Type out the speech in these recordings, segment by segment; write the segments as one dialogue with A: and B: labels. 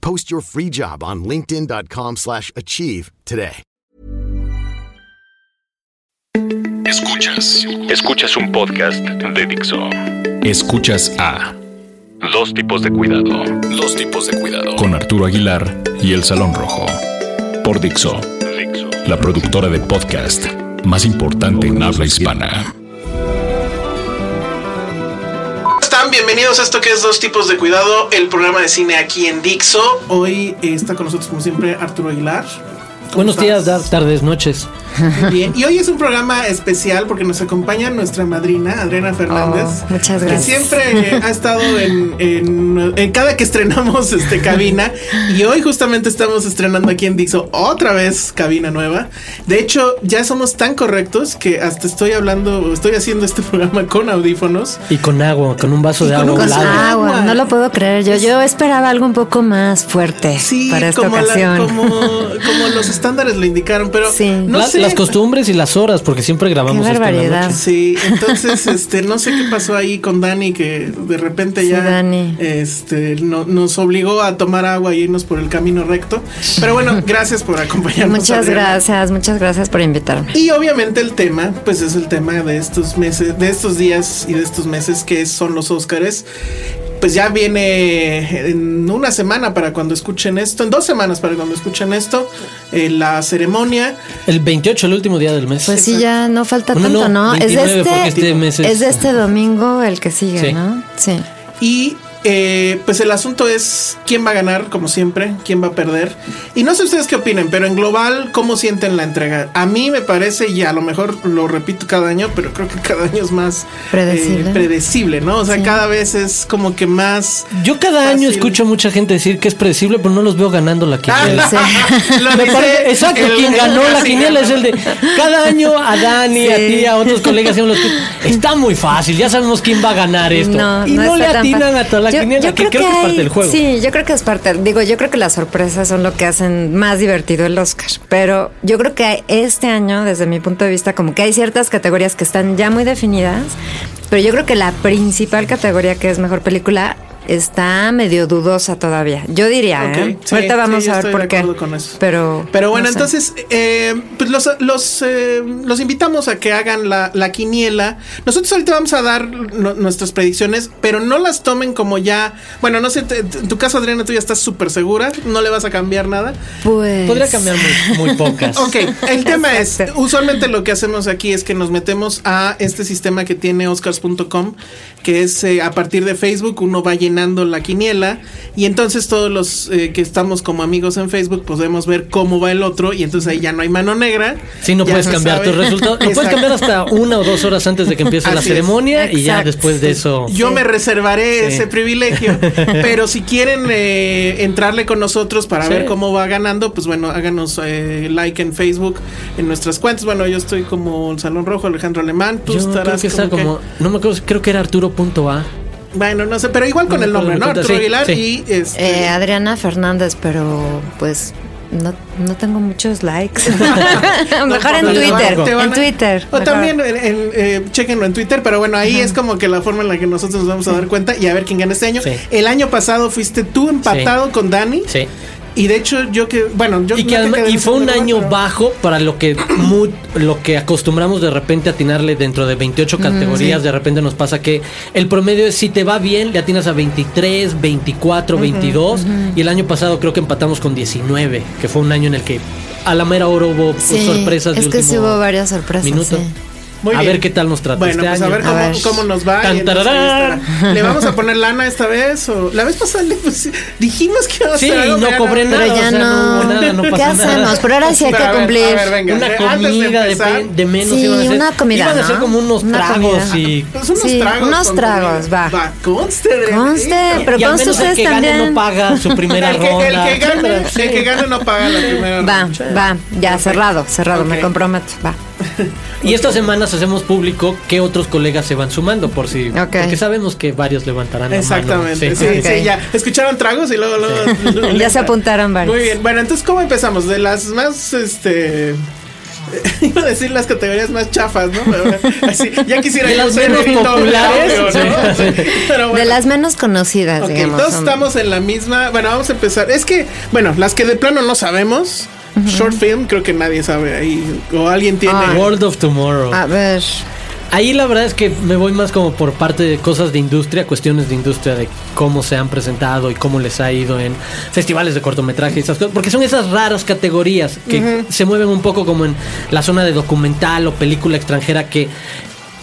A: Post your free job on linkedin.com/achieve slash achieve today.
B: Escuchas, escuchas un podcast de Dixo. Escuchas a Dos tipos de cuidado, dos tipos de cuidado con Arturo Aguilar y El Salón Rojo. Por Dixo, la productora de podcast más importante en habla hispana.
C: están? Bienvenidos a esto que es Dos Tipos de Cuidado, el programa de cine aquí en Dixo. Hoy eh, está con nosotros, como siempre, Arturo Aguilar. ¿Cómo
D: Buenos días,
C: estás?
D: dar- tardes, noches.
C: Bien. Y hoy es un programa especial porque nos acompaña nuestra madrina, Adriana Fernández.
E: Oh, muchas
C: Que
E: gracias.
C: siempre eh, ha estado en, en- en cada que estrenamos este cabina. Y hoy justamente estamos estrenando aquí en Dixo otra vez cabina nueva. De hecho, ya somos tan correctos que hasta estoy hablando, estoy haciendo este programa con audífonos.
D: Y con agua, con un vaso
C: Y
D: de
C: con
D: agua
C: un
E: Con
C: vaso de
D: helado.
E: agua,
C: agua.
E: Ah, no lo puedo creer. Yo, yo esperaba algo un poco más fuerte
C: Sí,
E: para esta
C: como, la-
E: ocasión.
C: como, como los estándares lo indicaron, pero
E: Sí.
C: no
D: La-
C: sé.
D: Ah, Las costumbres y las horas, porque siempre
E: Qué
D: grabamos este esto en la
E: barbaridad.
D: noche.
C: Sí, entonces este no sé qué pasó ahí con Dani que de repente
E: Sí,
C: ya
E: Dani.
C: este no- nos obligó a tomar agua y irnos por el camino recto. Pero bueno, gracias por acompañarnos.
E: Muchas
C: Adriana.
E: gracias, muchas gracias por invitarme.
C: Y obviamente el tema, pues es el tema de estos meses, de estos días y de estos meses que son los Óscares. Pues ya viene en una semana para cuando escuchen esto, en dos semanas para cuando escuchen esto, eh, la ceremonia.
D: El 28, el último día del mes.
E: Pues sí, ya no falta
D: Bueno,
E: tanto,
D: no,
E: ¿no? Es
D: 29,
E: de este,
D: porque este mes es-
E: es de este domingo el que sigue,
D: Sí.
E: ¿no? Sí.
C: Y eh, pues el asunto es quién va a ganar, como siempre, quién va a perder. Y no sé ustedes qué opinen, pero en global, ¿cómo sienten la entrega? A mí me parece, y a lo mejor lo repito cada año, pero creo que cada año es más eh,
E: Predecible.
C: predecible, ¿no? O sea,
E: Sí.
C: cada vez es como que más...
D: Yo cada año
C: Fácil.
D: escucho a mucha gente decir que es predecible, pero no los veo ganando la quiniela.
E: Sí.
C: Lo
D: Me
C: dice
D: parece- exacto,
C: el-
D: quien
C: el-
D: ganó la
C: sí,
D: quiniela es el de cada año a Dani, a
E: Sí.
D: ti, a otros colegas. siempre los- Está muy fácil, ya sabemos quién va a ganar esto. y no, le
E: está tan
D: atinan
E: fácil.
D: a toda la
E: Yo-
D: quiniela,
E: yo
D: que creo que, es
E: hay-
D: parte del juego.
E: Sí, yo creo que es parte. Digo, yo creo que las sorpresas son lo que hacen más divertido el Oscar. Pero yo creo que este año, desde mi punto de vista, como que hay ciertas categorías que están ya muy definidas. Pero yo creo que la principal categoría que es mejor película está medio dudosa todavía. Yo diría,
C: Ok,
E: ¿eh?
C: sí,
E: Ahorita
C: sí,
E: vamos
C: yo
E: a
C: estoy de
E: ver por qué.
C: acuerdo con eso.
E: Pero,
C: Pero bueno,
E: no sé.
C: entonces eh, pues los, los, eh, los invitamos a que hagan la, la quiniela. Nosotros ahorita vamos a dar nu- nuestras predicciones, pero no las tomen como ya... Bueno, no sé, te- te- en tu caso, Adriana, tú ya estás súper segura, no le vas a cambiar nada.
E: Pues.
D: Podría cambiar muy, muy pocas.
C: Ok, el tema es,
E: Exacto.
C: usualmente lo que hacemos aquí es que nos metemos a este sistema que tiene oscars.com, que es eh, a partir de Facebook uno va llenando la quiniela y entonces todos los eh, que estamos como amigos en Facebook podemos ver cómo va el otro y entonces ahí ya no hay mano negra.
D: Sí, no
C: Ya
D: puedes
C: se
D: cambiar
C: sabe.
D: tus resultados. Lo puedes
C: Exacto.
D: cambiar hasta una o dos horas antes de que empiece la
C: Así es.
D: ceremonia y ya
E: Exacto.
D: después de eso.
C: Yo me reservaré
D: Sí.
C: ese privilegio, pero si quieren eh, entrarle con nosotros para
D: Sí.
C: ver cómo va ganando, pues bueno, háganos eh, like en Facebook, en nuestras cuentas. Bueno, yo estoy como el Salón Rojo, Alejandro Alemán, tú
D: Yo creo
C: estarás
D: que está
C: como que-
D: como. No me acuerdo, creo que era Arturo.a.
C: Bueno, no sé, pero igual con
D: No
C: el
D: me acuerdo
C: nombre,
D: de mi
C: ¿no?
D: cuenta,
C: Arturo
D: sí,
C: Aguilar
D: sí.
C: y este...
E: Eh, Adriana Fernández, pero pues no, no tengo muchos likes. mejor en
C: No, te van-
E: Twitter.
C: te van
E: en
C: a-
E: Twitter.
C: O
E: mejor.
C: también en, en, eh, chequenlo en Twitter, pero bueno, ahí es como que la forma en la que nosotros nos vamos a dar cuenta y a ver quién gana este año.
D: Sí.
C: El año pasado fuiste tú empatado con Dani.
D: Sí.
C: Y de hecho, yo que. Bueno, yo
D: Y, que
C: no te
D: además-
C: quedé
D: y fue un
C: seguro,
D: año
C: pero-
D: bajo para lo que mu- lo que acostumbramos de repente atinarle dentro de
C: Mm,
D: 28 categorías. De repente nos pasa que el promedio es si te va bien, le atinas a 23, 24, 22. Y el año pasado creo que empatamos con 19, que fue un año en el que a la mera hora hubo pues,
E: Sí,
D: sorpresas.
E: es
D: de
E: que sí
D: último
E: hubo varias sorpresas,
D: Minuto.
E: sí.
C: Muy
D: a
C: bien.
D: ver qué tal nos trata
C: Bueno,
D: este
C: pues a
D: año.
C: ver, cómo,
E: A ver.
C: cómo nos va.
D: Tan,
C: y entonces
D: tararán.
C: ahí estará. ¿Le vamos a poner lana esta vez? o La vez pasada le pus- dijimos que íbamos
D: Sí,
C: a hacer algo,
D: no
C: pero
D: cobré
C: nada.
E: Pero
D: nada, o
E: ya
D: sea, no
E: no.
D: hubo nada, no
E: ¿Qué
D: pasa nada.
E: hacemos? Pero ahora sí hay
C: Pero a
E: que
C: ver,
E: cumplir.
C: a ver, venga. eh,
D: Una
C: antes de
D: comida de,
C: empezar,
D: pe- de menos.
E: Sí,
D: iban a ser,
E: una comida,
D: Iban a ser
E: ¿no?
D: como unos
E: Una
D: tragos
E: comida.
D: y
C: Pues unos
E: Sí,
C: tragos.
E: unos
C: con
E: tragos,
C: comida.
E: va.
C: Va, conste. de-
E: Conste, pero este,
D: y al menos
E: conste
D: el
E: ustedes
D: que gane no
E: también.
D: paga su primera
C: El que, el
D: ronda.
C: que gane,
D: etcétera.
C: el que gane no paga la primera
E: Va,
C: ronda.
E: va, ya cerrado, cerrado,
C: Ok.
E: me comprometo. Va.
D: Y estas semanas hacemos público qué otros colegas se van sumando por si
E: Ok.
D: porque sabemos que varios levantarán la
C: Exactamente,
D: mano.
C: sí,
E: Ok.
C: sí, ya. Escucharon tragos y luego, luego- luego-
E: Ya se apuntaron varios.
C: Muy bien, bueno, entonces, ¿cómo empezamos? De las más, este... Iba a decir las categorías más chafas, ¿no? Pero, así, ya quisiera
D: De
C: yo
D: las
C: ser
D: menos
C: Benito
D: populares.
C: Blanco, ¿no? Pero bueno.
E: De las menos conocidas,
C: Ok,
E: digamos.
C: todos
E: son-
C: estamos en la misma. Bueno, vamos a empezar. Es que, bueno, las que de plano no sabemos. Short film, creo que nadie sabe ahí. O alguien tiene.
E: Ah.
D: World of Tomorrow.
E: A ver.
D: Ahí la verdad es que me voy más como por parte de cosas de industria, cuestiones de industria, de cómo se han presentado y cómo les ha ido en festivales de cortometraje y esas cosas. Porque son esas raras categorías que se mueven un poco como en la zona de documental o película extranjera que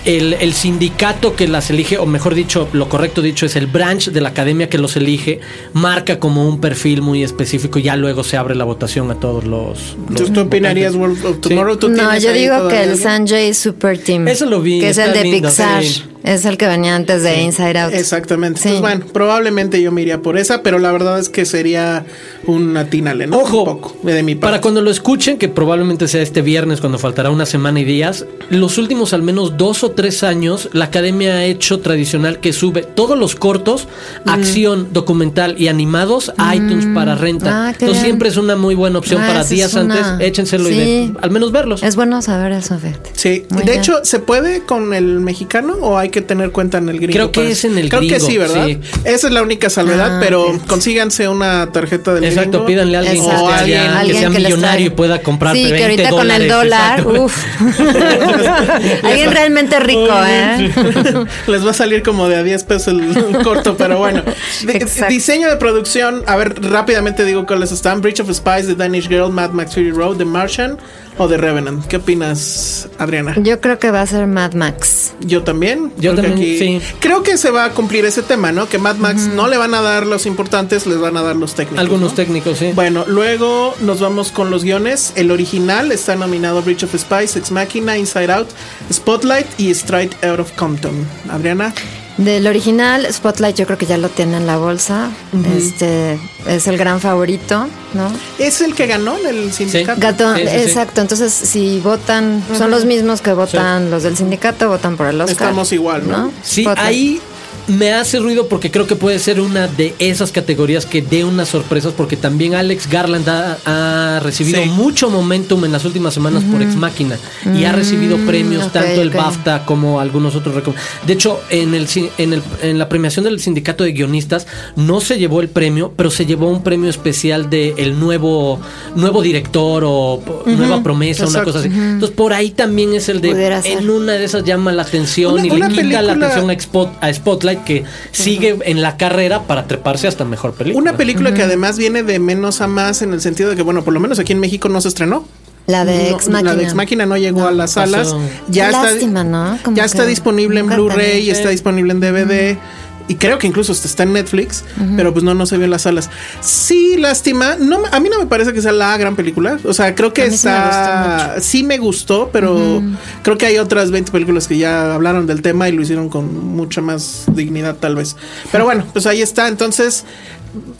D: el, el sindicato que las elige, o mejor dicho, lo correcto dicho es el branch de la academia que los elige, marca como un perfil muy específico y ya luego se abre la votación a todos los... los
C: ¿Tú, tú opinarías
D: votantes.
C: World of
D: Sí.
C: Tomorrow? ¿Tú
E: No,
C: tienes
E: yo
C: ahí
E: digo
C: todavía
E: que el
C: alguien?
E: Sanjay Super Team.
D: Eso lo vi,
E: Que es el
D: está
E: de
D: lindo,
E: Pixar.
D: sí.
E: Es el que venía antes de Inside Out.
C: Exactamente.
E: Sí.
C: Entonces, bueno, probablemente yo me iría por esa, pero la verdad es que sería un atínale, ¿no?
D: Ojo,
C: Un poco, de mi parte.
D: para cuando lo escuchen, que probablemente sea este viernes, cuando faltará una semana y días, los últimos al menos dos o tres años, la academia ha hecho tradicional que sube todos los cortos,
E: Mm.
D: acción, documental y animados a iTunes para renta.
E: Ah, qué
D: Entonces
E: bien.
D: siempre es una muy buena opción
E: Ah,
D: para
E: esa
D: días
E: es una-
D: antes, échenselo y
E: Sí.
D: de- al menos verlos.
E: Es bueno saber eso, fíjate.
C: Sí,
E: Muy
C: de
E: bien.
C: hecho, ¿se puede con el mexicano o hay que tener cuenta en el gringo?
D: Creo que
C: para
D: es
C: eso?
D: en el
C: Creo
D: gringo,
C: que sí, ¿verdad?
D: sí.
C: Esa es la única salvedad,
E: Ah,
C: pero
E: ok.
C: consíganse una tarjeta del
D: Exacto,
C: gringo.
D: pídanle a alguien que
C: O
D: esté
C: alguien-
D: allá, que sea
E: les
D: millonario
E: traiga.
D: y pueda comprar
E: Sí,
D: 20
E: que ahorita con el
D: dólares,
E: dólar,
D: exacto.
E: uff. Alguien realmente rico, ¿eh?
C: Les va a salir como de a 10 pesos el, el corto, pero bueno. De-
E: Exacto.
C: diseño de producción, a ver, rápidamente digo cuáles están. Bridge of Spies, The Danish Girl, Mad Max Fury Road, The Martian o The Revenant. ¿Qué opinas, Adriana?
E: Yo creo que va a ser Mad Max.
C: Yo también.
D: Yo
C: creo que
D: también, sí.
C: Creo que se va a cumplir ese tema, ¿no? Que Mad Max no le van a dar los importantes, les van a dar los técnicos.
D: Algunos
C: ¿no?
D: técnicos, sí.
C: Bueno, luego nos vamos con los guiones. El original está nominado Bridge of Spies, Ex Machina, Inside Out, Spotlight y Straight Out of Compton. Adriana.
E: Del original, Spotlight, yo creo que ya lo tiene en la bolsa. Este es el gran favorito, ¿no?
C: Es el que ganó en el sindicato.
E: Gato,
D: Sí, sí, sí.
E: exacto. Entonces, si votan, son los mismos que votan los del sindicato, votan por el Oscar.
C: Estamos igual, ¿no?
D: Sí,
E: Spotlight.
D: ahí me hace ruido porque creo que puede ser una de esas categorías que dé unas sorpresas porque también Alex Garland ha, ha recibido
C: Sí.
D: mucho momentum en las últimas semanas por Ex Máquina y ha recibido premios
E: Mm, ok,
D: tanto el
E: ok.
D: BAFTA como algunos otros. recom- De hecho, en, el, sin- en, el- en la premiación del sindicato de guionistas no se llevó el premio, pero se llevó un premio especial de el nuevo, nuevo director o po- nueva promesa, una
C: exacto.
D: cosa así. Entonces por ahí también es el de
E: Pudiera ser.
D: en una de esas llama la atención
C: Una-
D: y
C: una
D: le quita la
C: película-
D: atención a, Spot- a Spotlight que sigue en la carrera para treparse hasta mejor película.
C: Una película que además viene de menos a más en el sentido de que, bueno, por lo menos aquí en México no se estrenó.
E: La de
C: No,
E: Ex Machina.
C: La de Ex Máquina no llegó a las
D: pasó.
C: salas. Ya
E: Qué
C: está,
E: lástima, ¿no? Como
C: ya
E: que
C: está disponible en
E: nunca
C: Blu-ray,
E: también.
C: está disponible en DVD. Y creo que incluso hasta está en Netflix, pero pues no, no se vio en las salas. Sí, lástima. No, me- a mí no me parece que sea la gran película. O sea, creo que
E: A mí sí me gustó
C: está. Sí me gustó, pero creo que hay otras 20 películas que ya hablaron del tema y lo hicieron con mucha más dignidad, tal vez. Pero bueno, pues ahí está. Entonces,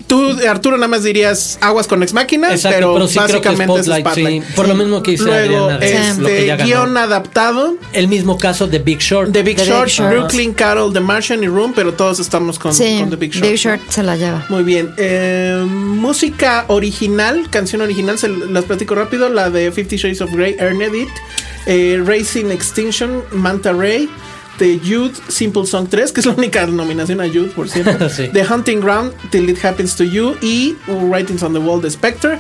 C: tú, Arturo, nada más dirías aguas con Ex Máquina,
D: Exacto,
C: pero,
D: pero sí creo que
C: básicamente
D: Spotlight,
C: es Spotlight.
D: sí. Por lo mismo que dice
C: Luego,
D: Adriana, de
C: este,
D: lo que ya ganó.
C: guión adaptado.
D: El mismo caso de Big Short.
C: The Big
E: The Big
C: Short,
E: Short.
C: Brooklyn, Carol, The Martian y Room, pero todos estamos con,
E: Sí,
C: con The Big Short.
E: se la lleva.
C: Muy bien. Eh, música original, canción original, se las platico rápido. La de Fifty Shades of Grey, Earned It. eh, Racing Extinction, Manta Ray. The Youth Simple Song 3, que es la única nominación a Youth, por cierto.
D: Sí.
C: The Hunting Ground, Till It Happens to You y Writings on the Wall de Spectre.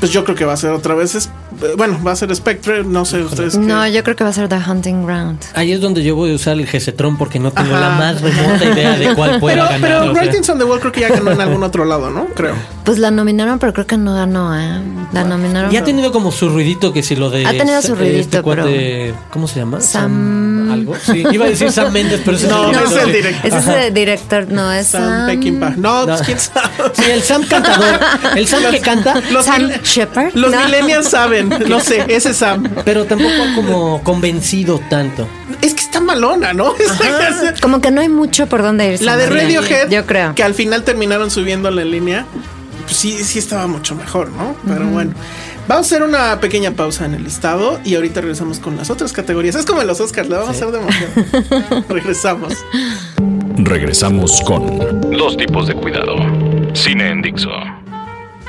C: Pues yo creo que va a ser otra vez. es- eh, bueno, va a ser Spectre, no sé ustedes. qué-
E: No, yo creo que va a ser The Hunting Ground.
D: Ahí es donde yo voy a usar el Gesetron porque no tengo
C: Ajá.
D: la más remota idea de cuál
C: pero,
D: pueda ganar.
C: pero
D: o sea.
C: Writings on the Wall creo que ya ganó en algún otro lado, ¿no? Creo.
E: Pues la nominaron, pero creo que no ganó, ¿eh? La nominaron.
D: Y ha tenido como su ruidito que si lo de...
E: Ha tenido su
D: eh,
E: ruidito,
D: cuate- ¿Cómo se llama?
E: Sam-
D: ¿Algo? Sí, iba a decir Sam Méndez, pero ese
C: No,
D: es el
C: no es el
D: sí.
C: director.
E: Ese es el director, no es
C: Sam
E: Sam.
C: Peckinpah. No, pues
D: No.
C: quién sabe.
D: Sí, el Sam cantador. El Sam que canta.
C: Los,
E: Sam
C: mil-
E: Shepard.
C: los
E: No.
C: millennials saben, no sé, ese Sam.
D: Pero tampoco como convencido tanto.
C: Es que está malona, ¿no?
E: Ah, Como que no hay mucho por dónde irse.
C: La de
E: más bien.
C: Radiohead,
E: Yo creo.
C: que al final terminaron subiéndola en línea, pues sí, sí estaba mucho mejor, ¿no? Pero bueno. Vamos a hacer una pequeña pausa en el listado y ahorita regresamos con las otras categorías. Es como en los Oscars, la vamos a hacer de emoción. regresamos.
B: Regresamos con Dos tipos de cuidado. Cine en Dixo.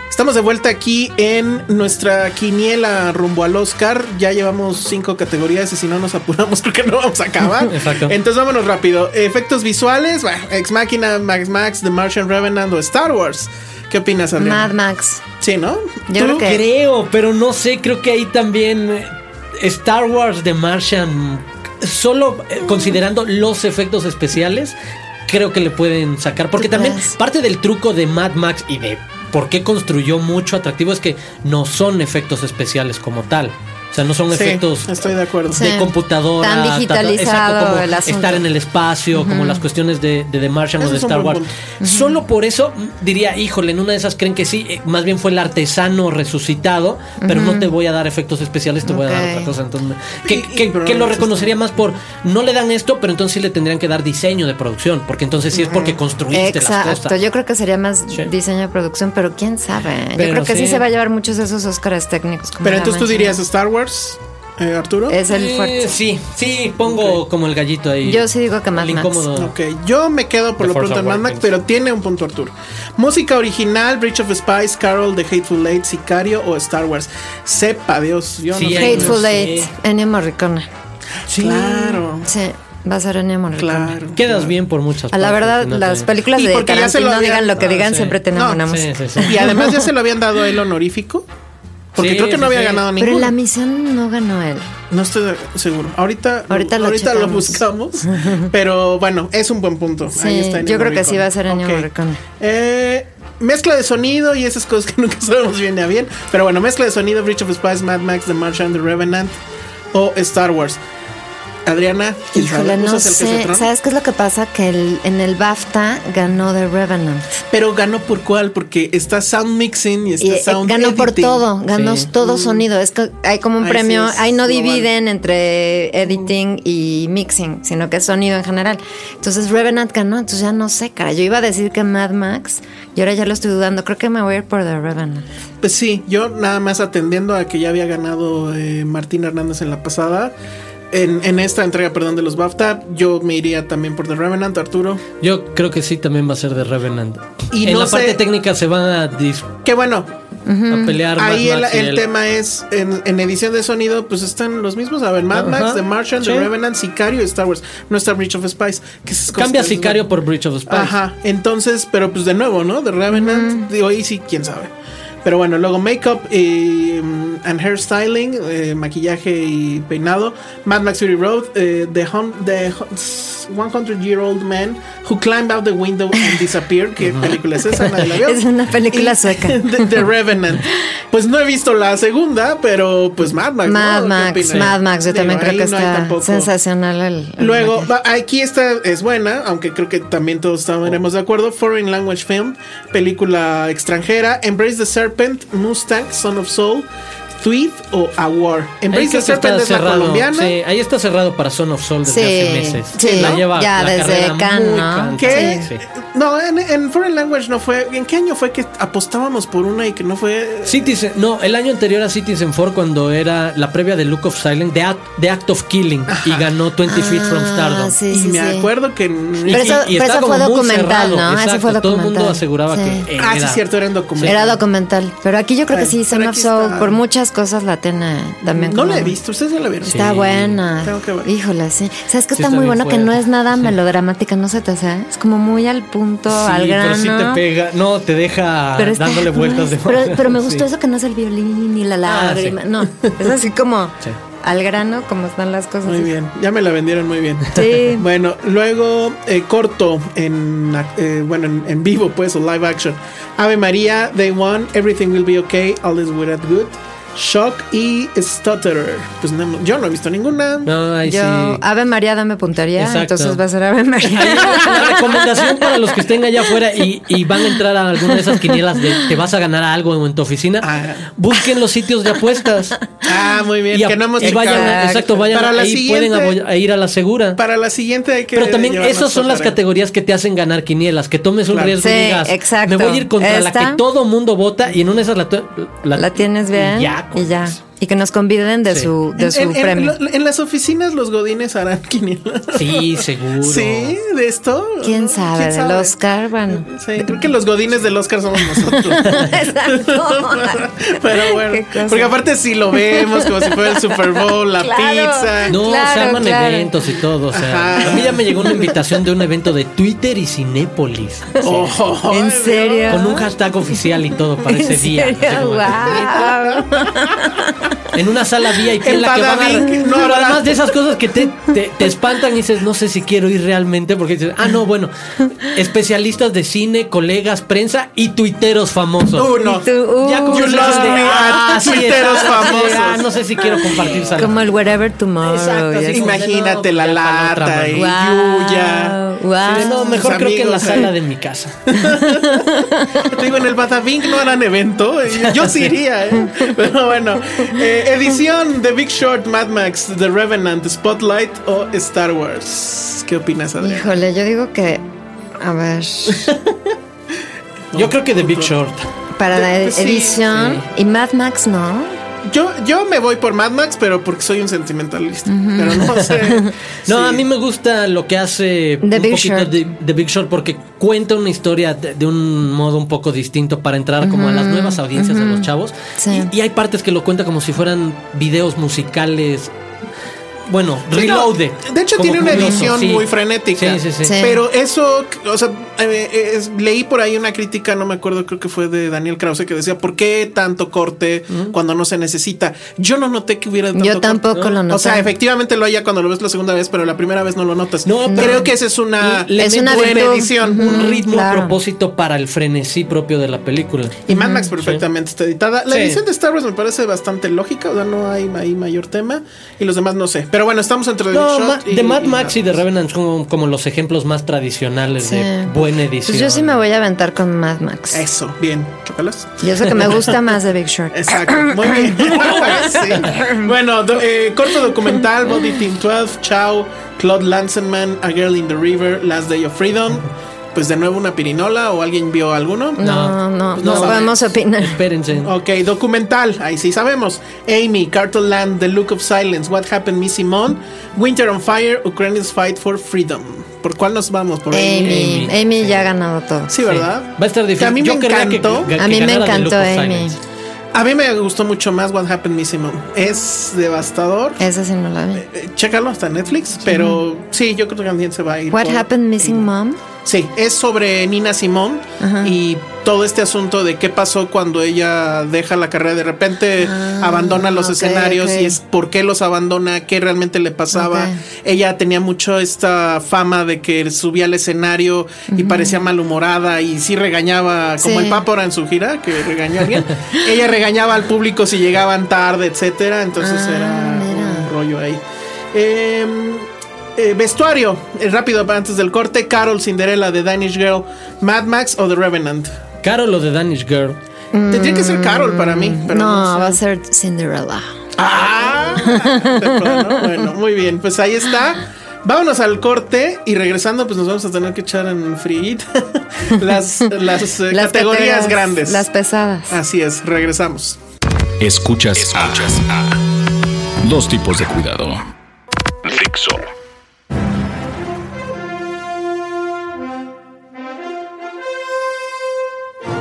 C: Estamos de vuelta aquí en nuestra quiniela rumbo al Oscar. Ya llevamos cinco categorías y si no nos apuramos creo que no vamos a acabar.
D: Exacto.
C: Entonces vámonos rápido. Efectos visuales, bah, Ex Machina, Max Max, The Martian Revenant o Star Wars. ¿Qué opinas, Adriana?
E: Mad Max.
C: Sí, ¿no?
E: Yo
C: ¿Tú?
E: creo que-
D: Creo, pero no sé, creo que ahí también eh, Star Wars The Martian, solo eh, considerando los efectos especiales, creo que le pueden sacar. Porque
E: ¿Tú
D: también
E: crees?
D: parte del truco de Mad Max y de por qué construyó mucho atractivo es que no son efectos especiales como tal. O sea, no son
C: Sí,
D: efectos
C: estoy de acuerdo.
E: Sí.
D: de computadora.
E: Tan
D: ta- ta-
E: digitalizado
D: exacto, como
E: el asunto.
D: Estar en el espacio, como las cuestiones de, de The Martian
C: Ese
D: o de
C: es un
D: Star
C: buen
D: Wars. Solo por eso mm, diría, híjole, en una de esas creen que sí, eh, más bien fue el artesano resucitado, pero no te voy a dar efectos especiales, te voy a dar
E: Ok.
D: otra cosa. Entonces, que,
C: Y-
D: que-
C: y- pero
D: que
C: no
D: lo
C: es
D: reconocería más por, no le dan esto, pero entonces sí le tendrían que dar diseño de producción, porque entonces sí es porque construiste las
E: Exacto.
D: cosas.
E: Yo creo que sería más
D: Sí.
E: diseño de producción, pero quién sabe.
D: Pero
E: Yo creo que sí.
D: sí.
E: se va a llevar muchos de esos Óscares técnicos. como
C: Pero
E: la
C: entonces tú
E: máquina.
C: dirías Star Wars, eh, Arturo.
E: Es el
D: Eh,
E: fuerte.
D: sí, sí, pongo como el gallito ahí.
E: Yo sí digo que Mad
D: El
E: Max.
D: incómodo.
C: Ok, yo me quedo por
D: The
C: lo
D: Force
C: pronto en Mad Max,
D: Ah. Awakens.
C: pero tiene un punto Arturo. Música original, Bridge of Spies, Carol, The Hateful Eight, Sicario o Star Wars. Sepa Dios, yo
D: Sí,
C: no
D: hay-
C: sé.
E: Hateful
D: no sé.
E: Eight. Ennio Morricone.
D: Sí.
C: Claro,
E: Sí, va a ser Ennio Morricone.
C: claro.
D: Quedas bien por muchas
E: A la
D: partes,
E: verdad,
D: no te-
E: las películas
C: Y
E: de
C: porque ya se lo
E: Tarantino,
C: habían-
E: digan lo que
D: Ah,
E: digan,
D: sí.
E: siempre tienen
C: No,
E: una
C: sí,
E: música.
D: Sí, sí, sí.
C: Y además ya se lo habían dado a él honorífico. Porque
D: Sí,
C: creo que no
D: sí,
C: había
D: sí.
C: ganado
E: Pero
C: ninguno.
E: en la misión no ganó él.
C: No estoy de- seguro. Ahorita, ahorita,
E: Ahorita lo
C: lo
E: checamos.
C: buscamos. pero bueno, es un buen punto.
E: Sí,
C: Ahí está Ennio
E: yo creo que sí
C: Morricone.
E: va a ser Ennio
C: Ok.
E: Morricone.
C: Eh, mezcla de sonido y esas cosas que nunca sabemos bien a bien. Pero bueno, mezcla de sonido, Bridge of Spies, Mad Max, The Martian, The Revenant o Star Wars. Adriana, ¿quién
E: Híjole,
C: sabe?
E: no
C: ¿Usas el
E: sé.
C: Gesetron?
E: ¿Sabes qué es lo que pasa? Que el- en el BAFTA ganó The Revenant.
C: Pero ganó por cuál? Porque está sound mixing y está
E: Y, eh,
C: Este sound
E: ganó por
C: editing.
E: todo, ganó
D: Sí.
E: todo sonido. Es que hay como un
C: Ahí sí
E: premio,
C: es
E: ahí no
C: global.
E: dividen entre editing y mixing, sino que es sonido en general. Entonces Revenant ganó, entonces ya no sé, cara. Yo iba a decir que Mad Max y ahora ya lo estoy dudando. Creo que me voy a ir por The Revenant.
C: Pues sí, yo nada más atendiendo a que ya había ganado eh, Martín Hernández en la pasada. En, en esta entrega, perdón, de los BAFTA, yo me iría también por The Revenant, Arturo.
D: Yo creo que sí también va a ser de Revenant.
C: Y
D: Y en
C: no
D: la
C: sé-
D: parte técnica se van a, dis-
C: Que bueno,
D: a pelear Mad
C: Ahí el,
D: Max y
C: el tema es, en, en edición de sonido, pues están los mismos. A ver, Mad Max,
D: Ajá,
C: The Martian,
D: sí.
C: The Revenant, Sicario y Star Wars. No está Breach of Spice. Que esas cosas
D: Cambia
C: que-
D: Sicario por Bridge of Spies.
C: Ajá, entonces, pero pues de nuevo, ¿no? The Revenant, digo, ahí sí, quién sabe. Pero bueno, luego Makeup eh, and Hairstyling, eh, maquillaje y peinado. Mad Max Fury Road, eh, The, Hun- the Hun- 100 Year Old Man Who Climbed Out the Window and Disappeared. ¿Qué película es esa? Nadie la vio.
E: Es una película
C: Y-
E: sueca.
C: The, The Revenant. Pues no he visto la segunda, pero pues Mad Max. ¿no?
E: Mad
C: ¿Qué
E: Max,
C: opinan?
E: Mad Max, yo
C: Digo,
E: también creo
C: ahí
E: que
C: no hay
E: está
C: tampoco-
E: sensacional el, el
C: Luego,
E: maquillaje.
C: va- aquí esta es buena, aunque creo que también todos estaremos de acuerdo. Foreign Language Film, película extranjera. Embrace the Serpent, Mustang, Son of Soul, Thwith o A War.
D: Ahí
C: Embrace
D: creo
C: the
D: que
C: Serpent
D: está
C: es la
D: cerrado.
C: colombiana.
D: Sí, ahí está cerrado para Son of Soul desde hace
E: Sí,
D: meses.
E: sí,
D: la
E: ¿no?
D: lleva
E: Ya
D: la
E: desde
D: carrera
E: Cannes,
D: muy
E: ¿no?
D: canta.
C: ¿Qué?
D: Sí.
C: No, en, en Foreign Language no fue. ¿En qué año fue que apostábamos por una y que no fue?
D: Citizen- no, el año anterior a Citizen 4 cuando era la previa de Look of Silence, de Act, de Act of Killing, y ganó 20 Feet from Stardom.
E: Ah, sí,
C: y
E: sí,
C: me
E: sí.
C: acuerdo que.
D: Y-
E: Pero eso-
D: y
E: pero
D: está
E: eso
D: como
E: fue
D: muy
E: documental,
D: cerrado,
E: ¿no? Eso
D: exacto,
E: fue
D: Todo el mundo
E: documental.
D: aseguraba
E: Sí.
D: que
C: ah, sí,
D: era-
C: cierto, era en documental.
E: Era documental, pero aquí yo creo
C: Bueno,
E: que sí, Son
C: pero
E: of
C: aquí
E: Soul,
C: está.
E: por muchas otras cosas la tiene también.
C: No
E: como-
C: la he visto, ustedes ya la vieron.
E: Está
D: Sí.
E: buena.
C: Tengo que ver.
E: Híjole, sí. ¿Sabes que
D: Sí,
E: está,
D: está
E: muy
D: bien
E: bueno? Que
D: fuerte.
E: no es nada
D: Sí.
E: melodramática, no se te hace. Es como muy al punto, al grano.
D: pero sí te pega, no, te deja
E: Pero está-
D: dándole vueltas de
E: pero, pero me
D: Sí.
E: gustó eso que no es el violín ni la
D: Ah,
E: lágrima.
D: sí.
E: No, es así como
D: Sí.
E: al grano, como están las cosas.
C: Muy bien, ya me la vendieron muy bien.
E: Sí.
C: Bueno, luego eh, corto en eh, bueno en, en vivo pues o live action. Ave María, Day One, Everything Will Be Okay, All Is Good at Good, Shock y Stutterer. Pues no, yo no he visto ninguna.
D: No, ahí
E: Yo,
D: sí.
E: Ave María, dame puntería.
D: Exacto.
E: Entonces va a ser Ave María.
D: La recomendación para los que estén allá afuera y, y van a entrar a alguna de esas quinielas de te vas a ganar algo en tu oficina,
C: Ah.
D: busquen los sitios de apuestas.
C: Ah, muy bien,
D: Y, a-
C: que no hemos
D: y vayan,
C: checado.
D: a- exacto, vayan
C: Para la
D: ahí pueden
C: siguiente-
D: abo- a ir a la segura.
C: Para la siguiente hay que.
D: Pero también
C: llevarnos
D: esas son las
C: otra.
D: categorías que te hacen ganar quinielas, que tomes un
C: Claro.
D: riesgo
E: Sí,
D: y digas,
E: exacto.
D: me voy a ir contra la
E: Esta.
D: que todo mundo vota y en una de esas la, to-
E: la tienes bien.
D: y ya, pues.
E: Y ya. Y que nos conviden de
D: Sí.
E: su, de su
C: en, en-
E: premio.
C: lo- en las oficinas los godines harán quiniela.
D: Sí, seguro.
C: Sí, de esto.
E: ¿Quién sabe? Del Oscar, bueno.
C: Sí, creo que los godines del Oscar somos nosotros.
E: Exacto.
C: Pero bueno,
E: Qué cosa.
C: porque aparte sí lo vemos como si fuera el Super Bowl, la
E: Claro.
C: pizza.
D: No, se
E: Claro,
D: arman
E: claro.
D: eventos y todo. O sea,
C: Ajá.
D: a mí ya me llegó una invitación de un evento de Twitter y Cinépolis.
C: Oh,
E: ¿En
C: ay,
E: serio?
D: Con un hashtag oficial y todo para
E: ¿En
D: ese día.
E: serio?
D: Así como-
E: Guau.
D: En una sala VIP en,
C: En
D: la que van a-
C: Badabing, no
D: Pero
C: habrá.
D: además de esas cosas que te, te- te espantan y dices, no sé si quiero ir realmente, porque dices, ah, no, bueno, especialistas de cine, colegas, prensa y tuiteros famosos.
C: Dios. Uno.
E: Y tú, uh,
D: Ya como
C: You
D: esas
C: lost
D: de,
C: me
D: ah,
C: at
D: sí,
C: tuiteros
D: exacto, así de, ah,
C: famosos.
D: no sé si quiero compartir sala.
E: como el Wherever Tomorrow.
D: Exacto,
E: y
D: así
E: así.
D: como-
C: Imagínate la
D: Ya para la otra,
C: lata y
D: mano.
E: Guau,
C: Yuya.
E: guau.
D: Sí, no, mejor
C: Sus
D: creo que en la
C: Ah, amigos,
D: sala
C: eh.
D: de mi casa.
C: Te digo, en el Badabing no harán evento. eh, Yo sí iría, eh. Pero bueno. eh, edición The Big Short, Mad Max, The Revenant, Spotlight o Star Wars. ¿Qué opinas, Adrián?
E: Híjole, yo digo que. A ver.
D: Yo creo que The Big Short.
E: Para la
C: Pues sí,
E: edición. Y Mad Max no.
C: Yo, yo me voy por Mad Max, pero porque soy un sentimentalista. Pero no sé.
D: No,
C: Sí.
D: a mí me gusta lo que hace
E: The
D: un
E: Big
D: poquito
E: Short.
D: de, de Big Short porque cuenta una historia de, de un modo un poco distinto para entrar como a las nuevas audiencias de los chavos.
E: Sí.
D: Y, y hay partes que lo cuenta como si fueran videos musicales. Bueno, reloaded.
C: No, de hecho,
D: como
C: tiene una
D: curioso,
C: edición
D: sí.
C: muy frenética.
D: Sí, sí, sí.
E: Sí.
C: Pero eso, o sea, eh, eh, es- leí por ahí una crítica, no me acuerdo, creo que fue de Daniel Krause, que decía, ¿por qué tanto corte cuando no se necesita? Yo no noté que hubiera tanto
E: Yo tampoco
C: corte.
E: lo
C: O sea,
E: noté.
C: efectivamente lo haya cuando lo ves la segunda vez, pero la primera vez no lo notas.
D: No, pero-
C: creo que esa es una,
D: Le-
E: es una
C: buena
E: virtud.
C: edición.
E: Ujú,
D: Un ritmo
E: claro.
D: a propósito para el frenesí propio de la película.
C: Y Mad Max perfectamente está editada. La
D: Sí.
C: edición de Star Wars me parece bastante lógica, o sea, no hay ahí mayor tema. Y los demás no sé. Pero bueno, estamos entre The
D: No,
C: Big Shot
D: Ma- de Mad Max y de
C: Mad Max.
D: Revenant son como, como los ejemplos más tradicionales de
E: Sí.
D: buena edición.
E: Pues yo sí me voy a aventar con Mad Max.
C: Eso, bien, chócalas.
E: Yo sé que me gusta más de Big Short.
C: Exacto, muy bien. Sí. Bueno, do- eh, corto documental, Body Team 12, Chao, Claude Lanzmann, A Girl in the River, Last Day of Freedom. Pues de nuevo una pirinola o alguien vio alguno.
E: No, no, no,
D: no.
E: podemos opinar.
D: Espérense.
C: Ok, documental, ahí sí sabemos. Amy, Cartoland, The Look of Silence, What Happened, Miss Simone, Winter on Fire, Ukrainians Fight for Freedom. ¿Por cuál nos vamos? Por
D: Eh,
E: Amy,
D: Amy.
E: Amy ya ha ganado todo.
C: Sí, ¿verdad?
D: Va a estar
C: Que
D: difícil.
C: a mí
D: Yo
C: me
D: querría que-
C: encantó.
D: que-
E: A mí
D: que
E: me
D: ganara The
E: encantó
D: Look of
E: Amy.
D: Silence.
C: A mí me gustó mucho más What Happened, Miss Simone. Es devastador.
E: Esa sí no la vi.
C: Eh, Chécalo hasta Netflix, pero sí, yo creo que también se va a ir.
E: What
C: por-
E: Happened Missing Mom?
C: Sí, es sobre Nina Simón y todo este asunto de qué pasó cuando ella deja la carrera de repente, abandona los
E: Ah, ok,
C: escenarios
E: ok.
C: y es por qué los abandona, qué realmente le pasaba.
E: Ok.
C: Ella tenía mucho esta fama de que subía al escenario y parecía malhumorada y sí regañaba, como
E: Sí.
C: el Papa ahora en su gira, que regañó a alguien. ella regañaba al público si llegaban tarde, etcétera. Entonces
E: Ah,
C: era
E: mira.
C: un rollo ahí. Eh, eh, vestuario, eh, rápido para antes del corte. Carol Cinderella de Danish Girl, Mad Max o The Revenant.
D: Caro lo de Danish Girl.
C: Tendría que ser Carol para mí, pero
E: Mm, no,
C: no sé.
E: va a ser Cinderella.
C: Ah, de plano. bueno, muy bien, pues ahí está. Vámonos al corte y regresando, pues nos vamos a tener que echar en friguita las, las, eh,
E: Las
C: categorías grandes. Ah,
E: Las pesadas.
C: Así es, regresamos.
B: Escuchas, Escuchas a, Dos tipos de cuidado. Dixo.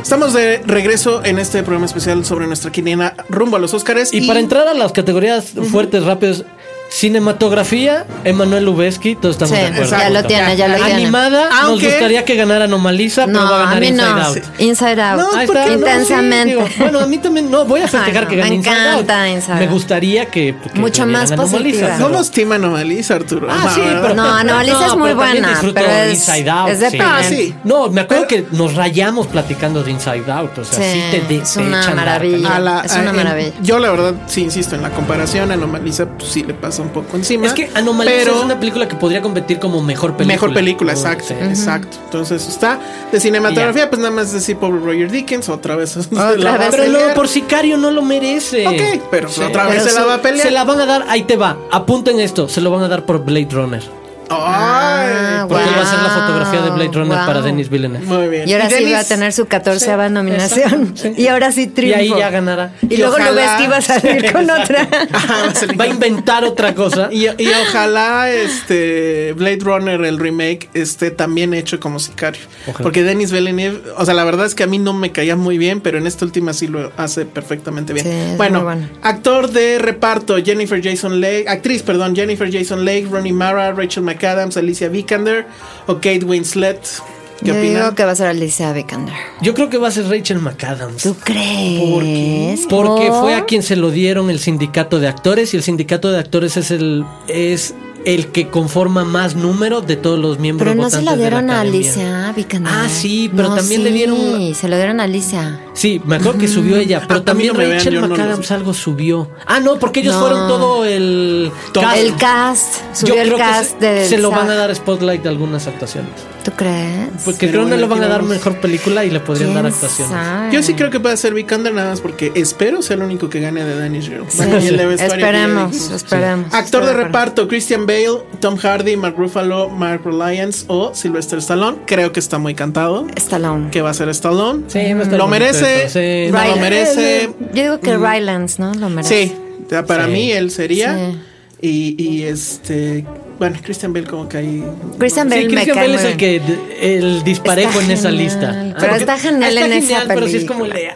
C: Estamos de regreso en este programa especial sobre nuestra quiniela rumbo a los Óscares.
D: Y, para entrar a las categorías fuertes, rápidas, cinematografía, Emanuel Lubeski, todos estamos
E: Sí,
D: de acuerdo.
E: ya lo tiene, ya lo tiene.
D: Animada,
C: Aunque-
D: nos gustaría que ganara Anomaliza,
E: No,
D: pero va a
E: a
D: ganar
E: mí
D: Inside
E: no.
D: Out.
E: Inside Out.
C: No,
D: Ahí
C: ¿por
D: está.
C: qué no?
E: Intensamente.
D: Sí, digo, bueno, a mí también, no, voy a festejar
E: Ay,
D: que
E: no,
D: gane
E: me
D: Inside Out.
E: encanta Inside
D: Me
E: Out.
D: gustaría que... que
E: Mucho
D: ganaran
E: más
D: Anomaliza,
E: positiva.
D: pero-
C: Somos Team Anomalisa, Arturo.
D: Ah,
C: No,
D: sí,
C: ¿verdad?
D: pero...
E: No, Anomaliza es muy
D: también
E: buena,
D: disfruto
E: pero es-
D: Inside Out,
E: es de
D: sí.
E: pelea.
C: Ah, sí.
D: No, me acuerdo que nos rayamos platicando de Inside Out. O sea, sí,
E: Sí,
D: te, de-
E: es
D: te
E: una
D: echan la
E: maravilla.
D: caña.
C: A la-
E: Es una
C: a- en-
E: maravilla.
C: yo la verdad sí insisto en la comparación, Anomalisa pues, sí le pasa un poco encima.
D: Es que Anomalisa
C: pero
D: es una película que podría competir como mejor película.
C: mejor película,
D: Oh,
C: exacto,
D: sí.
C: exacto. Entonces está de cinematografía, pues nada más decir pobre Roger Dickens otra vez.
E: Otra
C: la va a
E: vez.
D: Pero
C: pelear.
D: no, por sicario no lo merece.
C: Ok, pero otra vez
E: Pero
C: se la
E: sí,
C: va a pelear.
D: Se la van a dar, ahí te va. Apunten esto, se lo van a dar por Blade Runner.
C: Ay,
D: Porque
E: Guau,
D: va a ser la fotografía de Blade Runner
E: guau.
D: para Denis Villeneuve.
C: muy bien.
E: Y ahora sí
C: Denis-
E: va a tener su 14 nominación. Y ahora sí
D: Y
E: triunfo.
D: ahí ya ganará.
E: Y
C: Y
E: luego lo ves
C: ojalá-
E: que iba a salir con otra.
C: Ajá, Ah, va a salir-
D: Va a inventar otra cosa.
C: Y, y ojalá este Blade Runner, el remake, esté también hecho como sicario.
D: Ojalá.
C: Porque Denis Villeneuve, o sea, la verdad es que a mí no me caía muy bien, pero en esta última sí lo hace perfectamente bien.
E: Sí, es
C: bueno,
E: muy bueno.
C: actor de reparto, Jennifer Jason Leigh, actriz, perdón, Jennifer Jason Leigh, Ronnie Mara, Rachel McAdams, Alicia Vikander o Kate Winslet. ¿Qué
E: Yo
C: opinan?
E: digo que va a ser Alicia Vikander.
D: Yo creo que va a ser Rachel McAdams.
E: ¿Tú crees?
D: ¿Por qué? Porque fue a quien se lo dieron el sindicato de actores y el sindicato de actores es el es el que conforma más número de todos los miembros.
E: Pero no se
D: votantes
E: lo
D: de la
E: dieron a
D: academia.
E: Alicia Vikander.
D: Ah, sí, pero
E: No,
D: también le
E: sí,
D: dieron-
E: se lo dieron a Alicia.
D: Sí, me acuerdo que subió
E: Mm.
D: ella,
C: Ah, A- a
D: pero
C: mí
D: también
C: no me vean,
D: Rachel
C: yo no lo
D: McAdams
C: sé.
D: algo subió. Ah, no, porque ellos
E: No.
D: fueron todo el cast.
E: El cast.
D: Yo
E: Subió el
D: creo que
E: cast
D: se,
E: de.
D: se lo van a dar spotlight de algunas actuaciones.
E: ¿Tú crees?
C: Pero
D: Porque creo que
C: bueno,
D: le van a
C: aquí
D: dar
C: vamos.
D: mejor película y le podrían
E: ¿Quién
D: dar actuaciones.
E: sabe?
C: Yo sí creo que puede ser Vikander nada más porque espero sea el único que gane de Danish Girl. Bueno, y el de vestuario que ya dijimos.
E: Esperemos, esperemos.
C: Actor de
E: Estoy acuerdo.
C: reparto, Christian Bale, Tom Hardy, Mark Ruffalo, Mark Reliance o Sylvester Stallone. Creo que está muy cantado.
E: Stallone.
C: Que va a ser Stallone.
D: Sí, va a estar
C: lo
D: bonito
C: merece.
D: esto, sí.
C: no lo
E: Rylan-
C: merece.
E: Yo digo que Rylands, ¿no? Lo merece.
C: Sí, ya para
D: Mm. Sí.
C: mí él sería.
E: Sí.
C: Y, y este. Bueno, Christian Bale, como que ahí.
E: Christian Bale
D: Sí,
E: me
D: Christian
E: cae
D: Bale
E: muy
D: es el
E: bien.
D: que d- el disparejo
E: Está
D: en esa
E: genial,
D: lista. Ah,
E: pero
D: Porque-
E: está genial en esa
D: Pero sí es como el
E: película.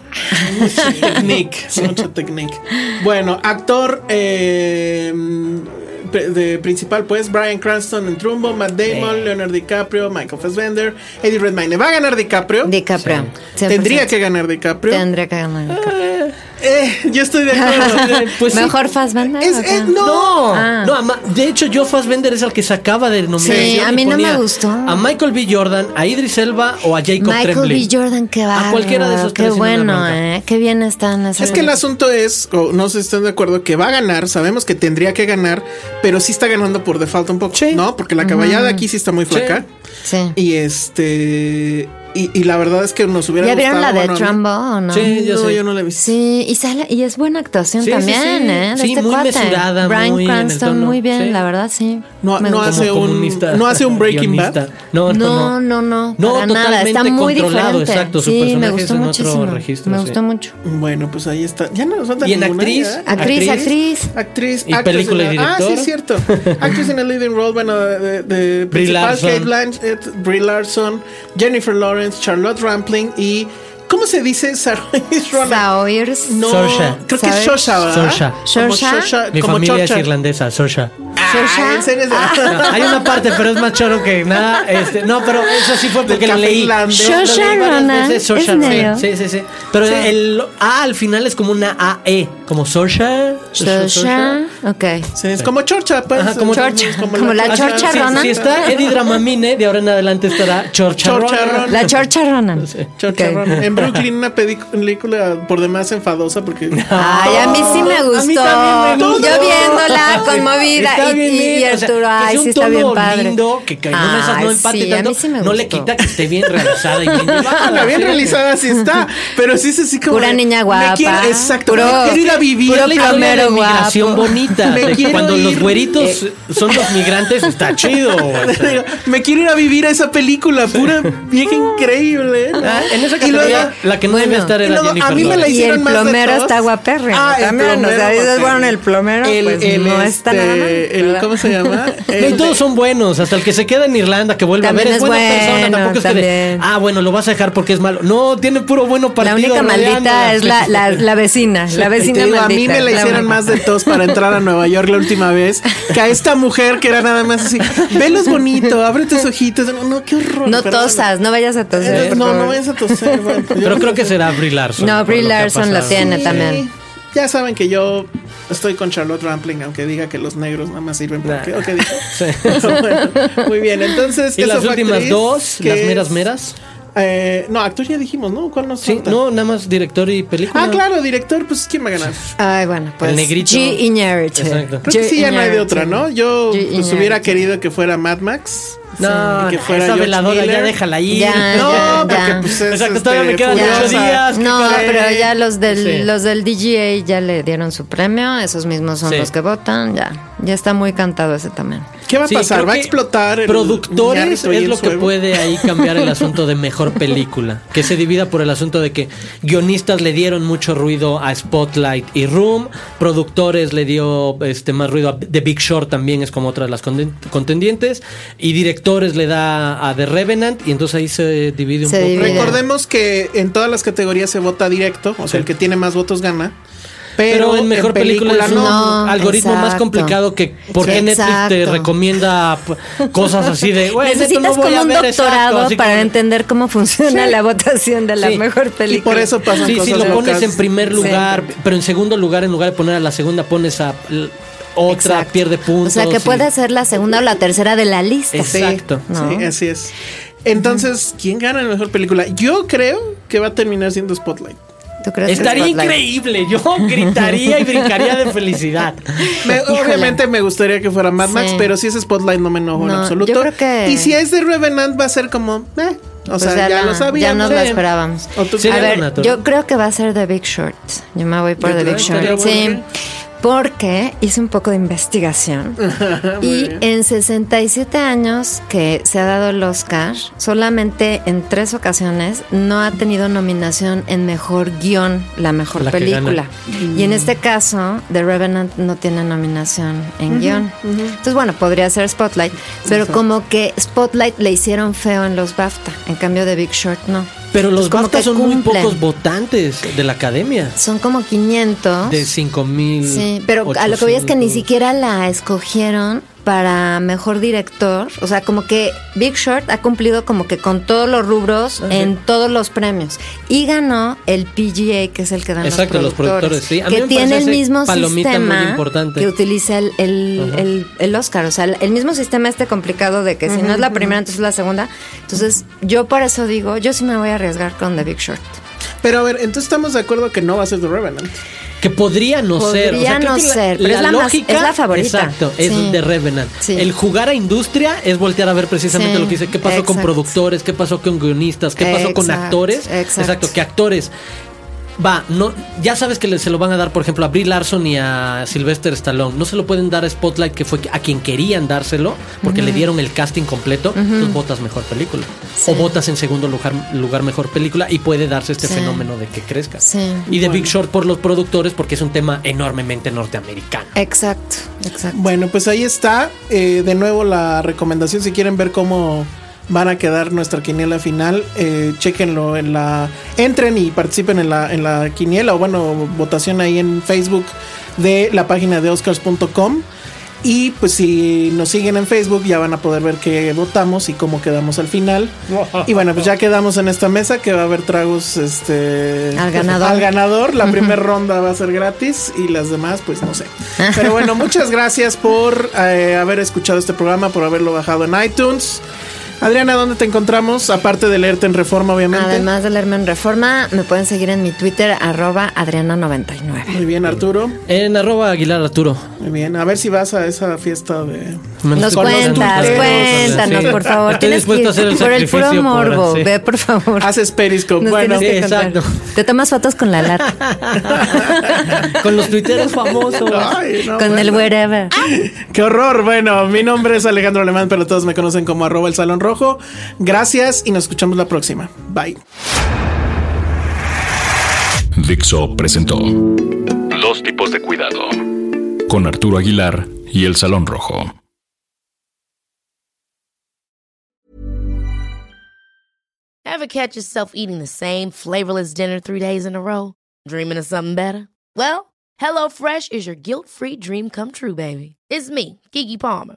D: de
C: Technique, mucho technique. Bueno, actor eh, pre- de principal, pues Brian Cranston en Trumbo, Matt Damon, Leonardo DiCaprio, Michael Fassbender, Eddie Redmayne. ¿Va a ganar DiCaprio?
E: DiCaprio. 100%.
C: Tendría que ganar DiCaprio.
E: Tendría que ganar. DiCaprio.
C: Eh, yo estoy de acuerdo.
D: Pues sí.
E: Mejor Fassbender.
C: Es-
E: ¿o qué?
C: es- no.
D: No,
E: Ah.
D: no, ama- de hecho yo Fassbender es el que sacaba de nominación.
E: Sí, a
D: y
E: mí no me
D: ponía
E: gustó.
D: A Michael B. Jordan, a Idris Elba o a Jacob
E: Michael
D: Tremblay.
E: B. Jordan, qué va.
D: A cualquiera de esos
E: Qué
D: tres en una
E: bueno,
D: bronca.
E: ¿eh? Qué bien están esas.
C: Es que el asunto es, o no sé si están de acuerdo, que va a ganar, sabemos que tendría que ganar, pero sí está ganando por default un poco, ¿no? Porque la caballada aquí sí está muy flaca.
E: Sí.
C: Y este... Y, y la verdad es que nos hubiera
E: ¿Ya vieron
C: gustado,
E: la de
C: bueno, a mí-
E: Trumbo o no?
D: Sí, yo
C: no,
D: sé.
C: yo no la he visto.
E: Sí, y, sale- y es buena actuación
D: Sí, sí,
E: también,
D: sí.
E: ¿eh? De
D: Sí,
E: este
D: muy
E: cuate.
D: mesurada,
E: Brian
D: muy en el
E: Cranston,
D: tono,
E: muy bien,
D: sí.
E: la verdad, sí.
C: No-
E: Me
C: no
E: gusta.
C: hace-
D: Como
C: un-
D: comunista,
C: no hace un Breaking
D: guionista. No,
E: No,
D: no,
E: no, no.
D: No,
E: para nada.
D: totalmente
E: Está muy
D: controlado,
E: diferente.
D: exacto, su
E: sí, me
D: personaje
E: gustó
D: es en otro
E: muchísimo.
D: registro,
E: me
D: sí.
E: gustó mucho.
C: Bueno, pues ahí está. Ya no nos falta
D: Y en
C: ninguna,
D: actriz,
C: ¿eh?
D: Actriz.
E: Actriz, actriz.
C: Actriz,
D: Y
C: actress
D: película
C: in
D: y
C: a- Ah, sí,
D: director.
C: es cierto. Actriz in a leading role, bueno, de, de principal
D: Larson.
C: Kate Blanchett, Brie Larson, Jennifer Lawrence, Charlotte Rampling y ¿cómo se dice? Saoirse Ronan.
E: Sawyers.
C: No,
D: Saoirse.
C: creo que es
E: ¿Sabes?
C: Shosha, ¿verdad?
D: Saoirse.
C: Como
E: Saoirse.
C: Saoirse,
D: Mi
C: como
D: familia
C: Chocha.
D: es irlandesa, Sorcha.
C: Ah, ¿en serio?
D: Hay una parte, pero es más choro que nada. Este, no, pero eso sí fue porque lo
C: café
D: leí.
C: irlandés.
D: Lo leí
E: Saoirse
D: varias
E: Ronan,
D: veces, Saoirse
E: ¿es
D: Ronan.
E: negro?
D: Sí, sí, sí. Pero el A al final es como una AE, como Sorcha.
E: Shosha. Ok.
C: Sí, es como Chorcha, pues.
D: Ajá, como
C: Entonces,
D: Chorcha.
E: Como la Chorcha
C: sí,
E: Ronan.
D: Si está Eddie Dramamine, de ahora en adelante estará Chorcha
C: Chorcha
D: Ronan.
C: Ronan.
E: La Chorcha Ronan.
C: Chorcha
E: Ok.
C: Ronan. En Brooklyn, una película por demás enfadosa porque.
E: Ay, a mí sí me
D: A mí
E: gustó.
D: también me gustó.
E: Yo viéndola conmovida
D: Está
E: y,
D: bien
E: y- y
D: lindo, o sea,
E: Arturo,
D: que
E: ay,
D: sea un
E: sí está bien
D: tono
E: padre.
D: lindo, que, que en una de esas no
E: Ay,
D: empate
E: sí, a
D: tanto,
E: mí sí me
D: no le
E: gustó.
D: quita que esté bien realizada y bien llevada.
C: La bien
D: Sí.
C: realizada sí está, pero sí es así como.
E: Pura
C: de,
E: niña
C: me
E: guapa.
C: quiero- exacto,
E: Puro-
C: me quiero ir a vivir
E: puro
C: a
D: plomero la
E: quiero
D: inmigración
E: guapo.
D: bonita.
C: Me
D: de
C: quiero
D: cuando los
C: ir.
D: güeritos
E: Eh.
D: son los migrantes, está chido. güey. O sea,
C: Me quiero ir a vivir a esa película, pura vieja increíble. ¿no?
D: ah, en esa
C: Y luego-
D: categoría, la que no
E: bueno,
D: debe estar
C: y
D: era
C: luego,
D: Jennifer
C: a mí me la
D: Lawrence.
E: Y
C: hicieron
E: el
C: más de
E: plomero
C: todos.
E: está guapérrimo
C: Ah, el
E: también, o
C: plomero
E: sea, dices,
C: guapérrimo.
E: bueno, el plomero, pues, no está nada mal,
C: este, el-
E: ¿verdad?
C: ¿Cómo se llama?
D: No, y todos son buenos, hasta el que se queda en Irlanda, que vuelve
E: Este, También
D: a ver, es,
E: es
D: buena persona,
E: bueno,
D: tampoco es que de,
E: también.
D: ah, bueno, lo vas a dejar porque es malo. No, tiene puro bueno
E: La
D: partido.
E: única maldita
D: rodeándola.
E: es la, la, la vecina, la
C: Y
E: vecina
C: te digo, a
E: maldita.
C: mí me la hicieron
E: única.
C: más de tos para entrar a Nueva York la última vez que a esta mujer que era nada más así, velos bonito, abre tus ojitos. No, no, qué horror.
E: No
C: perdón.
E: tosas, no vayas a toser.
C: Eh,
E: por
C: No,
E: favor.
C: no vayas a toser. bueno, yo-
D: Pero creo que será Brie Larson.
E: No,
D: por
E: Brie
D: lo que ha
E: Larson la
D: pasado.
E: tiene también.
C: Sí, Ya saben que yo estoy con Charlotte Rampling, aunque diga que los negros nada más sirven para
D: Nah.
C: qué. ¿o qué dijo?
D: Sí.
C: Pero bueno, muy bien, entonces.
D: Y
C: esa
D: las
C: fue
D: últimas
C: actriz,
D: dos,
C: que
D: las
C: es-
D: meras meras.
C: eh, no, actor ya dijimos, ¿no? ¿Cuál nos
D: Sí,
C: falta?
D: no, nada más director y película.
C: Ah, claro, director, pues ¿quién va a ganar?
E: Ay, bueno, pues.
D: negrito.
E: G. Iñárritu.
D: Exacto.
C: Creo que
E: G.
C: sí, ya no hay de
E: Iñárritu.
C: otra, ¿no? Yo
E: G.
C: pues,
E: Iñárritu.
C: hubiera querido que fuera Mad Max.
D: No,
C: Y que
D: no,
C: fuera
D: esa
C: George
D: veladora ya
C: Miller.
D: déjala ahí.
E: Ya,
C: No,
E: ya,
C: porque
E: ya.
C: pues es
D: Exacto, todavía me quedan
C: furiosa.
D: muchos días.
E: No,
C: ¿qué
E: pero
C: creen?
E: ya los del,
D: Sí.
E: los del DGA ya le dieron su premio, esos mismos son
D: Sí.
E: los que votan, ya. Ya está muy cantado ese también.
C: ¿Qué va a
D: Sí,
C: pasar?
D: creo
C: ¿Va a
D: que
C: explotar el
D: Productores
C: Iñárritu y
D: es
C: el
D: lo que
C: suegro?
D: puede ahí cambiar el asunto de mejor película. Que se divida por el asunto de que guionistas le dieron mucho ruido a Spotlight y Room. Productores le dio este más ruido a The Big Short también es como otra de las conden- contendientes. Y directores le da a The Revenant. Y entonces ahí se divide un
E: Se
D: poco.
E: divide.
C: Recordemos que en todas las categorías se vota directo, o sea, el que tiene más votos gana. Pero,
D: Pero, en mejor película, es un
E: no.
D: algoritmo más
E: exacto.
D: complicado que por qué
E: Sí,
D: Netflix te
E: exacto.
D: recomienda p- cosas así de "Güey, neta,
E: Necesitas
D: no voy
E: como
D: a
E: un
D: ver", exacto,
E: doctorado
D: así
E: para
D: como-
E: entender cómo funciona
D: Sí.
E: la votación de la
D: Sí.
E: mejor
C: Y
E: película.
C: por eso pasan
D: Sí,
C: cosas
D: sí, lo
C: locas.
D: pones en primer lugar, pero en segundo lugar, en lugar de poner a la segunda, pones a l- otra,
E: Exacto.
D: pierde puntos.
E: O sea, que
D: y-
E: puede ser la segunda o la tercera de la lista.
C: Sí,
D: Exacto.
E: ¿no?
C: Sí, así es. Entonces, ¿quién gana la mejor película? Yo creo que va a terminar siendo Spotlight.
E: ¿Tú crees que
D: Estaría
E: Spotlight?
D: increíble, yo gritaría y brincaría de felicidad.
C: Me- obviamente me gustaría que fuera Mad Max,
E: Sí.
C: pero si es Spotlight no me enojo en
E: No,
C: absoluto.
E: yo creo que-
C: Y si es de Revenant va a ser como, eh, o sea,
E: Pues
C: ya
E: no,
C: lo
E: Ya
C: sabíamos.
E: nos lo
C: Sí.
E: esperábamos.
C: O tú-
D: Sería
E: a ver,
D: lo natural.
E: yo creo que va a ser The Big Short. Yo me voy por
C: Yo
E: The Big
C: creo, estaría
E: Short. Sí.
C: bueno.
E: Porque hice un poco de investigación y en 67 años que se ha dado el Oscar, solamente en tres ocasiones no ha tenido nominación en mejor guión, la mejor
D: La que
E: película.
D: gana.
E: Y en este caso, The Revenant no tiene nominación en guión. Entonces, bueno, podría ser Spotlight, pero como que Spotlight le hicieron feo en los BAFTA, en cambio de Big Short no.
D: Pero los
E: Entonces, como
D: BAFTA
E: que
D: son muy
E: cumplen.
D: pocos votantes de la academia,
E: Son como 500.
D: de 5000.
E: Sí, pero a lo que voy es que ni
D: 800.
E: siquiera la escogieron para mejor director. O sea, como que Big Short ha cumplido como que con todos los rubros en todos los premios. Y ganó el PGA, que es el que dan
D: Exacto, los
E: los productores.
D: productores, sí. A mí
E: que
D: me
E: tiene el
D: parece ese
E: mismo
D: palomita muy
E: sistema
D: importante.
E: que utiliza el, el, el- el Oscar. O sea, el mismo sistema este complicado de que si no es la primera, entonces es la segunda. Entonces, yo por eso digo, yo sí me voy a arriesgar con The Big Short.
C: Pero a ver, entonces estamos de acuerdo que no va a ser The Revenant.
D: Que podría no ser.
E: Podría
D: creo
E: no
D: que
E: ser, pero es la más- es la favorita.
D: Exacto, es
E: Sí.
D: de Revenant.
E: Sí.
D: El jugar a industria es voltear a ver precisamente
E: Sí,
D: lo que dice. ¿Qué pasó con
E: exacto.
D: productores? ¿Qué pasó con guionistas? ¿Qué pasó con
E: Exacto,
D: actores?
E: exacto.
D: que actores. Va, no, ya sabes que le- se lo van a dar, por ejemplo, a Brie Larson y a Sylvester Stallone. No se lo pueden dar a Spotlight, que fue a quien querían dárselo, porque le dieron el casting completo. Entonces votas mejor película.
E: Sí.
D: O votas en segundo lugar, lugar mejor película y puede darse este
E: Sí.
D: fenómeno de que crezca.
E: Sí.
D: Y de Big Short por los productores porque es un tema enormemente norteamericano.
E: Exacto, exacto.
C: Bueno, pues ahí está eh, de nuevo la recomendación. Si quieren ver cómo van a quedar nuestra quiniela final, eh, chequenlo en la. Entren y participen en la, en la quiniela o, bueno, votación ahí en Facebook de la página de Oscars.com. Y pues si nos siguen en Facebook ya van a poder ver qué votamos y cómo quedamos al final. Y bueno, pues ya quedamos en esta mesa que va a haber tragos este
E: Al ganador.
C: al ganador. La primera ronda va a ser gratis y las demás pues no sé. Pero bueno, muchas gracias por eh, haber escuchado este programa, por haberlo bajado en iTunes. Adriana, ¿dónde te encontramos? Aparte de leerte en Reforma, obviamente.
E: Además de leerme en Reforma, me pueden seguir en mi Twitter, arroba Adriana99.
C: Muy bien, Arturo.
D: En arroba Aguilar Arturo.
C: Muy bien, a ver si vas a esa fiesta de...
E: Nos
C: Con los
E: cuentas,
C: tuiteros,
E: cuéntanos,
C: así.
E: por favor.
D: Estoy
E: Tienes
D: dispuesto
E: que
D: a hacer el
E: por el puro
D: sacrificio por-
E: morbo,
D: sí.
E: ve, por favor.
C: Haces Periscope.
E: Nos
C: bueno,
E: tienes que
D: sí,
E: contar.
D: exacto.
E: Te tomas fotos con la lata,
D: Con los tuiteros famosos.
C: Ay, no,
E: con el
C: bueno.
E: wherever.
C: Qué horror. Bueno, mi nombre es Alejandro Alemán, pero todos me conocen como arroba el salón rojo. Gracias y nos escuchamos la próxima. Bye.
B: Dixo presentó Dos tipos de cuidado con Arturo Aguilar y El Salón Rojo.
F: Ever catch yourself eating the same flavorless dinner three days in a row? Dreaming of something better? Well, HelloFresh is your guilt free dream come true, baby. It's me, Gigi Palmer.